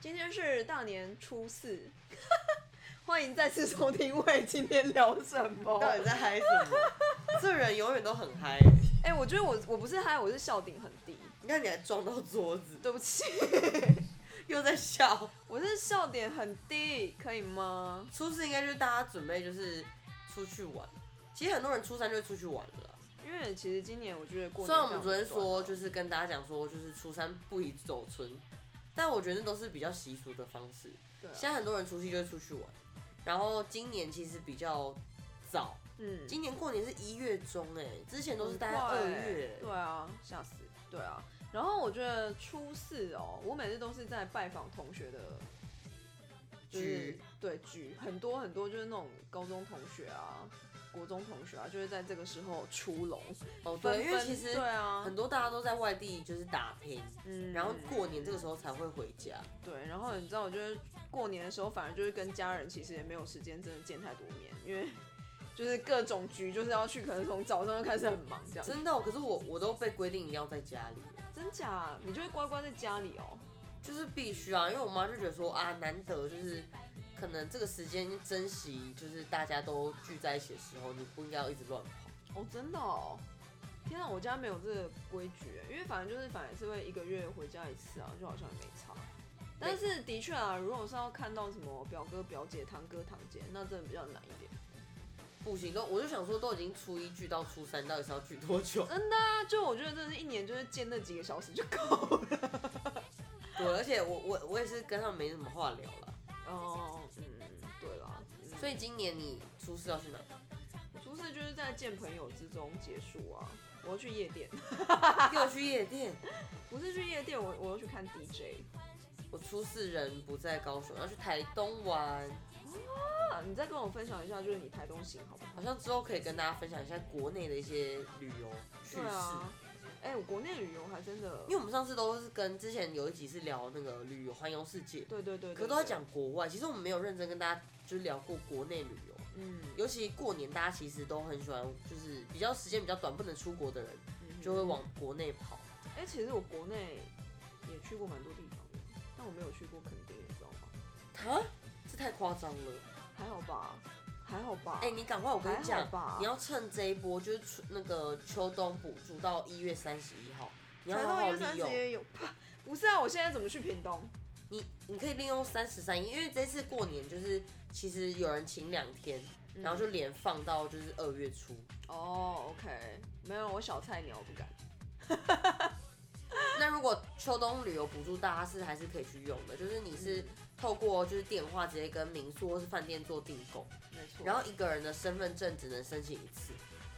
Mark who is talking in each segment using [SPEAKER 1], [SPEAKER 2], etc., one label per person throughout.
[SPEAKER 1] 今天是大年初四， 欢迎再次收听。喂，今天聊什么？
[SPEAKER 2] 到底在嗨什么？这人永远都很嗨。
[SPEAKER 1] 哎、我觉得我我不是嗨，我是笑点很低。
[SPEAKER 2] 你看你还撞到桌子，
[SPEAKER 1] 对不 起，
[SPEAKER 2] 又在笑。
[SPEAKER 1] 我是笑点很低，可以吗？
[SPEAKER 2] 初四应该就是大家准备就是出去玩，其实很多人初三就会出去玩了啦。
[SPEAKER 1] 因为其实今年我觉得过年
[SPEAKER 2] 虽然我们昨天
[SPEAKER 1] 非常短
[SPEAKER 2] 说就是跟大家讲说就是初三不宜走村，但我觉得那都是比较习俗的方式。
[SPEAKER 1] 对啊
[SPEAKER 2] 现在很多人除夕就会出去玩，然后今年其实比较早，
[SPEAKER 1] 嗯，
[SPEAKER 2] 今年过年是一月中哎、之前都是大概
[SPEAKER 1] 很
[SPEAKER 2] 二
[SPEAKER 1] 快
[SPEAKER 2] 月
[SPEAKER 1] 欸。对啊，吓死，对啊。然后我觉得初四哦，我每次都是在拜访同学的，
[SPEAKER 2] 嗯
[SPEAKER 1] 就是
[SPEAKER 2] 局
[SPEAKER 1] 对局很多很多，就是那种高中同学啊、国中同学啊，就会在这个时候出笼。
[SPEAKER 2] 哦
[SPEAKER 1] 纷
[SPEAKER 2] 对，因为
[SPEAKER 1] 纷
[SPEAKER 2] 其实
[SPEAKER 1] 对啊，
[SPEAKER 2] 很多大家都在外地就是打拼，
[SPEAKER 1] 嗯
[SPEAKER 2] 然后过年这个时候才会回家。
[SPEAKER 1] 对，然后你知道，我觉得过年的时候，反而就是跟家人其实也没有时间真的见太多面，因为就是各种局就是要去，可能从早上就开始很忙这样。
[SPEAKER 2] 真的哦、可是我我都被规定一定要在家里，哦
[SPEAKER 1] 真假？你就会乖乖在家里哦。
[SPEAKER 2] 就是必须啊，因为我妈就觉得说啊，难得就是可能这个时间珍惜，就是大家都聚在一起的时候，你不应该要一直乱跑。
[SPEAKER 1] 哦，真的哦！天啊，我家没有这个规矩欸耶，因为反正就是反正是会一个月回家一次啊，就好像也没差。但是的确啊，如果是要看到什么表哥、表姐、堂哥、堂姐，那真的比较难一点。
[SPEAKER 2] 不行，都我就想说，都已经初一聚到初三，到底是要聚多久？
[SPEAKER 1] 真的、啊，就我觉得真的是一年就是见那几个小时就够了。
[SPEAKER 2] 对，而且我我我也是跟他们没什么话聊了。
[SPEAKER 1] 哦，嗯，对啦，嗯
[SPEAKER 2] 所以今年你初四要去哪？
[SPEAKER 1] 初四就是在见朋友之中结束啊。我要去夜店，
[SPEAKER 2] 又去夜店。
[SPEAKER 1] 不是去夜店，我我要去看 DJ。
[SPEAKER 2] 我初四人不在高雄，要去台东玩。
[SPEAKER 1] 啊，你再跟我分享一下，就是你台东行好不好？
[SPEAKER 2] 好像之后可以跟大家分享一下国内的一些旅游趣
[SPEAKER 1] 对
[SPEAKER 2] 事。
[SPEAKER 1] 啊，哎、我国内旅游还真的
[SPEAKER 2] 因为我们上次都是跟之前有一集是聊那个旅游环游世界，
[SPEAKER 1] 对对对，
[SPEAKER 2] 可都在讲国外。其实我们没有认真跟大家就是聊过国内旅游，
[SPEAKER 1] 对，嗯，
[SPEAKER 2] 尤其过年大家其实都很喜欢，就是比较时间比较短不能出国的人，
[SPEAKER 1] 嗯
[SPEAKER 2] 就会往国内跑。
[SPEAKER 1] 哎、其实我国内也去过蛮多地方的，但我没有去过垦丁，你知道吗？
[SPEAKER 2] 啊，这太夸张了！
[SPEAKER 1] 还好吧，还好吧。
[SPEAKER 2] 哎、你赶快，我跟你
[SPEAKER 1] 啊还
[SPEAKER 2] 讲
[SPEAKER 1] 好吧，
[SPEAKER 2] 你要趁这一波就是春那个秋冬补助到一月三十一号，你要
[SPEAKER 1] 台
[SPEAKER 2] 好
[SPEAKER 1] 东
[SPEAKER 2] 好
[SPEAKER 1] 一三十
[SPEAKER 2] 利用。
[SPEAKER 1] 也有，啪不是啊，我现在怎么去屏东？
[SPEAKER 2] 你你可以利用三十三因为这次过年就是其实有人请两天，
[SPEAKER 1] 嗯
[SPEAKER 2] 然后就连放到就是二月初，
[SPEAKER 1] 哦、o k 没有，我小菜鸟不敢。
[SPEAKER 2] 那如果秋冬旅游补助，大家是还是可以去用的，就是你
[SPEAKER 1] 嗯
[SPEAKER 2] 是透过就是电话直接跟民宿或是饭店做订购，
[SPEAKER 1] 嗯没错，
[SPEAKER 2] 然后一个人的身份证只能申请一次，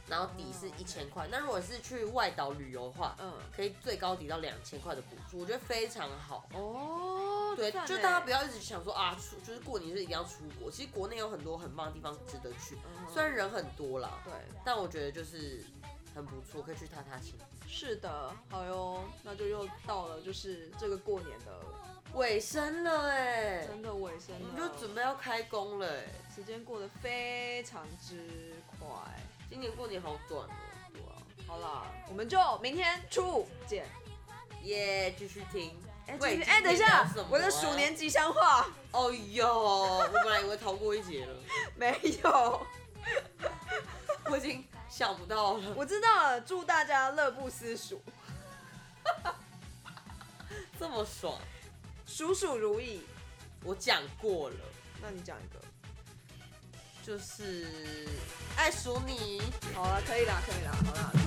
[SPEAKER 2] 然后底是
[SPEAKER 1] 哦
[SPEAKER 2] 一千块。那如果是去外岛旅游的话，
[SPEAKER 1] 嗯，
[SPEAKER 2] 可以最高抵到两千块的补助，我觉得非常好。
[SPEAKER 1] 哦，
[SPEAKER 2] 对，
[SPEAKER 1] 赞
[SPEAKER 2] 就
[SPEAKER 1] 欸
[SPEAKER 2] 大家不要一直想说啊，出就是过年是一定要出国，其实国内有很多很棒的地方值得去，
[SPEAKER 1] 嗯
[SPEAKER 2] 虽然人很多啦，
[SPEAKER 1] 对，
[SPEAKER 2] 但我觉得就是很不错，可以去踏踏青。
[SPEAKER 1] 是的，好哟，那就又到了就是这个过年的
[SPEAKER 2] 尾声了哎、
[SPEAKER 1] 真的尾声
[SPEAKER 2] 我
[SPEAKER 1] 了，
[SPEAKER 2] 们就准备要开工了哎、
[SPEAKER 1] 时间过得非常之快。
[SPEAKER 2] 今年过年好短哦，
[SPEAKER 1] 对啊好啦，我们就明天初五见。
[SPEAKER 2] 耶、继续听。
[SPEAKER 1] 哎、
[SPEAKER 2] 喂
[SPEAKER 1] 继续哎、等一下，我的鼠。
[SPEAKER 2] 今天聊什么啊
[SPEAKER 1] 年吉祥话
[SPEAKER 2] 哦哟，我本来以为逃过一 劫了，
[SPEAKER 1] 没有，
[SPEAKER 2] 我已经想不到了，
[SPEAKER 1] 我知道了。祝大家乐不思蜀，
[SPEAKER 2] 这么爽。
[SPEAKER 1] 鼠鼠如意。
[SPEAKER 2] 我讲过了，
[SPEAKER 1] 那你讲一个，
[SPEAKER 2] 就是爱数你。
[SPEAKER 1] 好了，可以啦，可以啦，好啦。